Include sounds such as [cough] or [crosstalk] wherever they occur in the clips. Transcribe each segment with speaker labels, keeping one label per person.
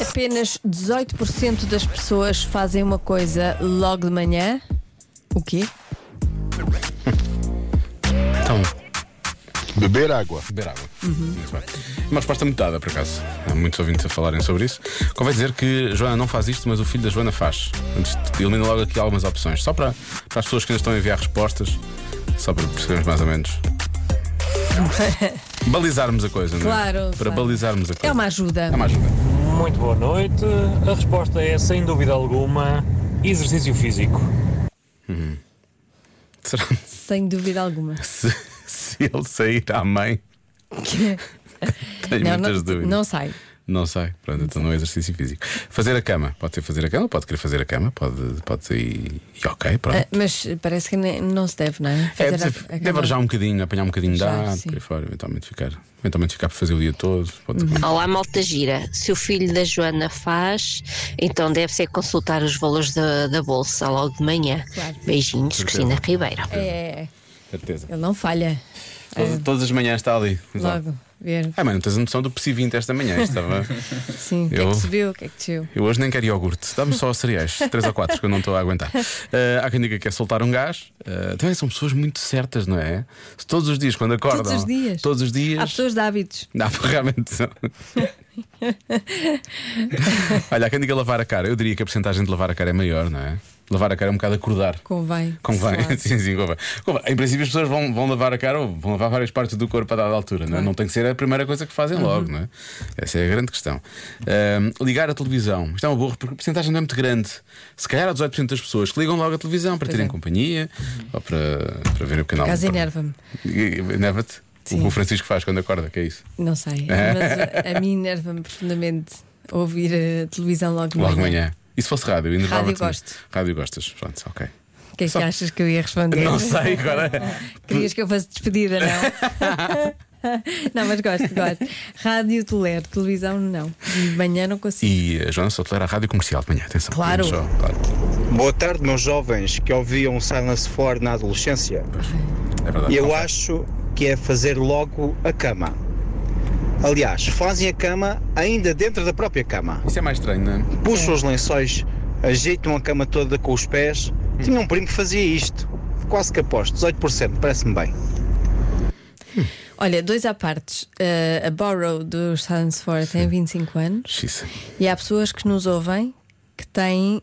Speaker 1: Apenas 18% das pessoas fazem uma coisa logo de manhã. O quê?
Speaker 2: Então,
Speaker 3: Beber água.
Speaker 2: beber água. Muito bem. É Uma resposta muito dada, por acaso. Há muitos ouvintes a falarem sobre isso. Convém dizer que Joana não faz isto, mas o filho da Joana faz. Portanto, Elimina logo aqui algumas opções, só para, para as pessoas que ainda estão a enviar respostas, só para percebermos mais ou
Speaker 1: [laughs]
Speaker 2: menos. Balizarmos a coisa, não é?
Speaker 1: Claro,
Speaker 2: Para
Speaker 1: claro.
Speaker 2: balizarmos a coisa.
Speaker 1: É uma ajuda.
Speaker 2: É uma ajuda.
Speaker 4: Muito boa noite. A resposta é, sem dúvida alguma, exercício físico.
Speaker 2: Será que [laughs]
Speaker 1: Sem dúvida alguma.
Speaker 2: se, se ele sair à mãe, tenho
Speaker 1: é- não,
Speaker 2: muitas
Speaker 1: não,
Speaker 2: dúvidas.
Speaker 1: não sai.
Speaker 2: Não sei, pronto, então não é exercício físico. Fazer a cama, pode ser fazer a cama, pode querer fazer a cama, pode, pode ser e, e ok, pronto.
Speaker 1: Ah, Mas parece que nem- não se deve, não é?
Speaker 2: É,
Speaker 1: Fazer a-
Speaker 2: deve,
Speaker 1: a
Speaker 2: deve
Speaker 1: cama.
Speaker 2: arranjar um bocadinho, apanhar um bocadinho de
Speaker 1: Já,
Speaker 2: ar,
Speaker 1: sim.
Speaker 2: por aí fora, eventualmente ficar, eventualmente ficar por fazer o dia todo. pode-
Speaker 1: Uhum.
Speaker 5: Olá, malta gira. Se o filho da Joana faz, então deve ser consultar os valores da, da bolsa logo de manhã.
Speaker 1: Claro.
Speaker 5: Beijinhos,
Speaker 2: Certeza.
Speaker 5: Cristina Ribeiro.
Speaker 1: É, é,
Speaker 2: Certeza.
Speaker 1: ele não falha.
Speaker 2: Todas, todas as manhãs está ali. Exato.
Speaker 1: É. Logo, ver.
Speaker 2: Ah, mas não tens a noção do Psi 20 esta manhã, estava.
Speaker 1: [laughs] Sim, o que é
Speaker 2: Eu-
Speaker 1: que subiu, o que é que desceu?
Speaker 2: Eu hoje nem quero iogurte, dá-me só cereais, três ou quatro que eu não estou a aguentar. Ah, há quem diga que é soltar um gás. Ah, também são pessoas muito certas, não é? Se todos os dias, quando acordam.
Speaker 1: Todos os dias.
Speaker 2: Todos os
Speaker 1: Há
Speaker 2: dias.
Speaker 1: pessoas de hábitos.
Speaker 2: Não,
Speaker 1: [laughs]
Speaker 2: realmente são. Olha, há quem diga lavar a cara. Eu diria que a porcentagem de lavar a cara é maior, não é? Lavar a cara é um bocado acordar.
Speaker 1: Convém.
Speaker 2: Convém,
Speaker 1: Claro.
Speaker 2: [laughs] sim, sim, convém. Convém. Em princípio, as pessoas vão, vão lavar a cara ou vão lavar várias partes do corpo a dada altura, não, é? não tem que ser a primeira coisa que fazem logo,
Speaker 1: Uhum.
Speaker 2: não é? Essa é a grande questão. Ahm, ligar a televisão, isto é uma boa, porque a porcentagem não é muito grande. Se calhar há 18% das pessoas que ligam logo a televisão para
Speaker 1: Pois
Speaker 2: terem
Speaker 1: é.
Speaker 2: companhia ou para, para verem o canal.
Speaker 1: Caso
Speaker 2: para-
Speaker 1: enerva-me.
Speaker 2: Enerva-te? O
Speaker 1: Sim.
Speaker 2: que o Francisco faz quando acorda, que é isso?
Speaker 1: Não sei, mas eh, a mim enerva-me profundamente ouvir a televisão logo de
Speaker 2: Logo de
Speaker 1: manhã.
Speaker 2: manhã. E se fosse rádio?
Speaker 1: é?
Speaker 2: enervava-te
Speaker 1: Rádio
Speaker 2: também.
Speaker 1: gosto.
Speaker 2: Rádio gostas, pronto, ok.
Speaker 1: O que é que
Speaker 2: Só-
Speaker 1: achas que eu ia responder?
Speaker 2: Não sei é. agora.
Speaker 1: [laughs] Querias que eu fosse despedida, não? [laughs] não, mas gosto, gosto. Rádio tolero, televisão não. De manhã não consigo.
Speaker 2: E a Joana Sotler à Rádio Comercial de manhã, atenção.
Speaker 1: Claro.
Speaker 2: Só, claro.
Speaker 6: Boa tarde, meus jovens que ouviam Silence 4 na adolescência.
Speaker 2: É verdade.
Speaker 6: Eu
Speaker 2: Confere.
Speaker 6: acho que é fazer logo a cama. Aliás, fazem a cama ainda dentro da própria cama.
Speaker 2: Isso é mais estranho, não é?
Speaker 6: Puxam os lençóis, ajeitam a cama toda com os pés. Tinha um primo que fazia isto. Quase que aposto, 18%, parece-me bem.
Speaker 1: Olha, dois à partes. Uh, a Borrow dos Silence 4 tem 25 anos
Speaker 2: Xisa.
Speaker 1: e há pessoas que nos ouvem que têm.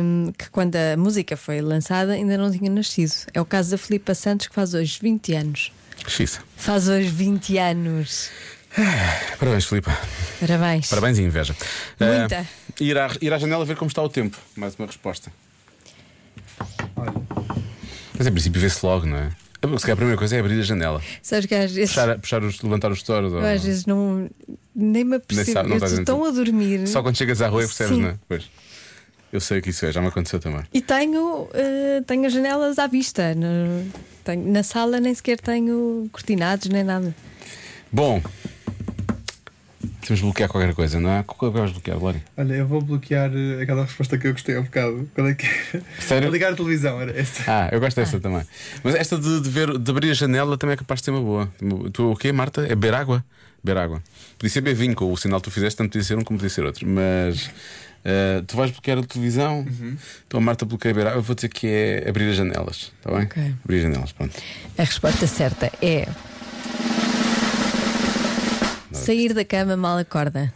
Speaker 1: hum, que quando a música foi lançada ainda não tinha nascido. É o caso da Filipa Santos que faz hoje 20 anos.
Speaker 2: Xisa.
Speaker 1: Faz hoje 20 anos.
Speaker 2: Parabéns, Filipe.
Speaker 1: Parabéns.
Speaker 2: Parabéns e inveja.
Speaker 1: Muita.
Speaker 2: Ah, ir, à, ir à janela ver como está o tempo. Mais uma resposta. Mas em princípio vê-se logo, não é? Se calhar a primeira coisa é abrir a janela.
Speaker 1: Sabes que às vezes,
Speaker 2: Puxar, puxar os, levantar os touros. ou-
Speaker 1: eu às vezes não, nem me apercebo.
Speaker 2: sabe, não
Speaker 1: eu
Speaker 2: estás
Speaker 1: estou
Speaker 2: a
Speaker 1: tão a dormir
Speaker 2: Só quando chegas à rua é que percebes,
Speaker 1: Sim.
Speaker 2: não é? Pois. Eu sei o que isso é, já me aconteceu também.
Speaker 1: e tenho, eh, tenho as janelas à vista. No- tenho- na sala nem sequer tenho cortinados nem nada.
Speaker 2: Bom, temos de bloquear qualquer coisa, não é? Qual é que vais bloquear, Lori?
Speaker 7: Olha, eu vou bloquear eh, aquela resposta que eu gostei há bocado. Qual é que era?
Speaker 2: Sério?
Speaker 7: [laughs] Ligar a televisão, era essa.
Speaker 2: Ah, eu gosto dessa também. Mas esta de, de ver, de abrir a janela também é capaz de ter uma boa. Tu o quê, Marta? É beber água? Beber água. Podia ser beber vinho, com o sinal que tu fizeste, tanto podia ser um como podia ser outro. Mas ah, tu vais bloquear a televisão,
Speaker 7: Uhum.
Speaker 2: então a Marta bloqueia beber água. Eu vou dizer que é abrir as janelas, está bem?
Speaker 1: Ok.
Speaker 2: Abrir as janelas, pronto.
Speaker 1: A resposta certa é. Sair da cama mal acorda.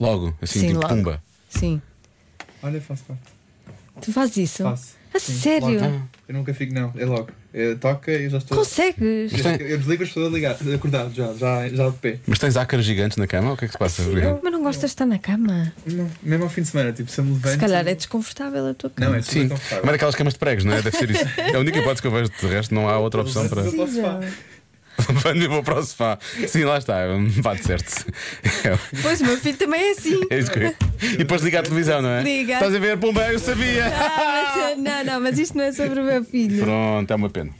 Speaker 2: Logo, assim,
Speaker 1: Sim,
Speaker 2: tipo
Speaker 1: logo.
Speaker 2: pumba.
Speaker 1: Sim.
Speaker 7: Olha, faço parte.
Speaker 1: Tu fazes isso?
Speaker 7: Faço.
Speaker 1: A
Speaker 7: Sim,
Speaker 1: sério?
Speaker 7: logo. Eu nunca fico, não. É logo. Eh, toca e eu já estou.
Speaker 1: Consegues?
Speaker 7: Eu, eu desligo as pessoas ligadas, acordado já, já, já de pé.
Speaker 2: Mas tens ácaros gigantes na cama? O que é que se passa? Gabriel?
Speaker 1: Mas não gostas de estar na cama?
Speaker 7: Não, mesmo ao fim de semana, tipo, se eu me levanto.
Speaker 1: Se calhar é desconfortável a tua cama.
Speaker 7: Não, é
Speaker 2: Sim,
Speaker 7: super confortável.
Speaker 2: mas aquelas camas de pregos, não é? Deve ser isso. É a única hipótese que eu vejo, de resto, não há outra opção
Speaker 7: [laughs]
Speaker 2: para. [laughs]
Speaker 7: Eu posso falar.
Speaker 2: Vando eu vou para o sofá. Sim, lá está, um bate certo.
Speaker 7: [laughs]
Speaker 2: É-
Speaker 1: Pois o meu filho também é assim.
Speaker 2: é isso que eu- E depois liga a televisão, não é?
Speaker 1: Liga.
Speaker 2: Estás a ver? Pumba, eu sabia!
Speaker 1: Ah, mas, não, não, mas isto não é sobre o meu filho.
Speaker 2: Pronto, é uma pena.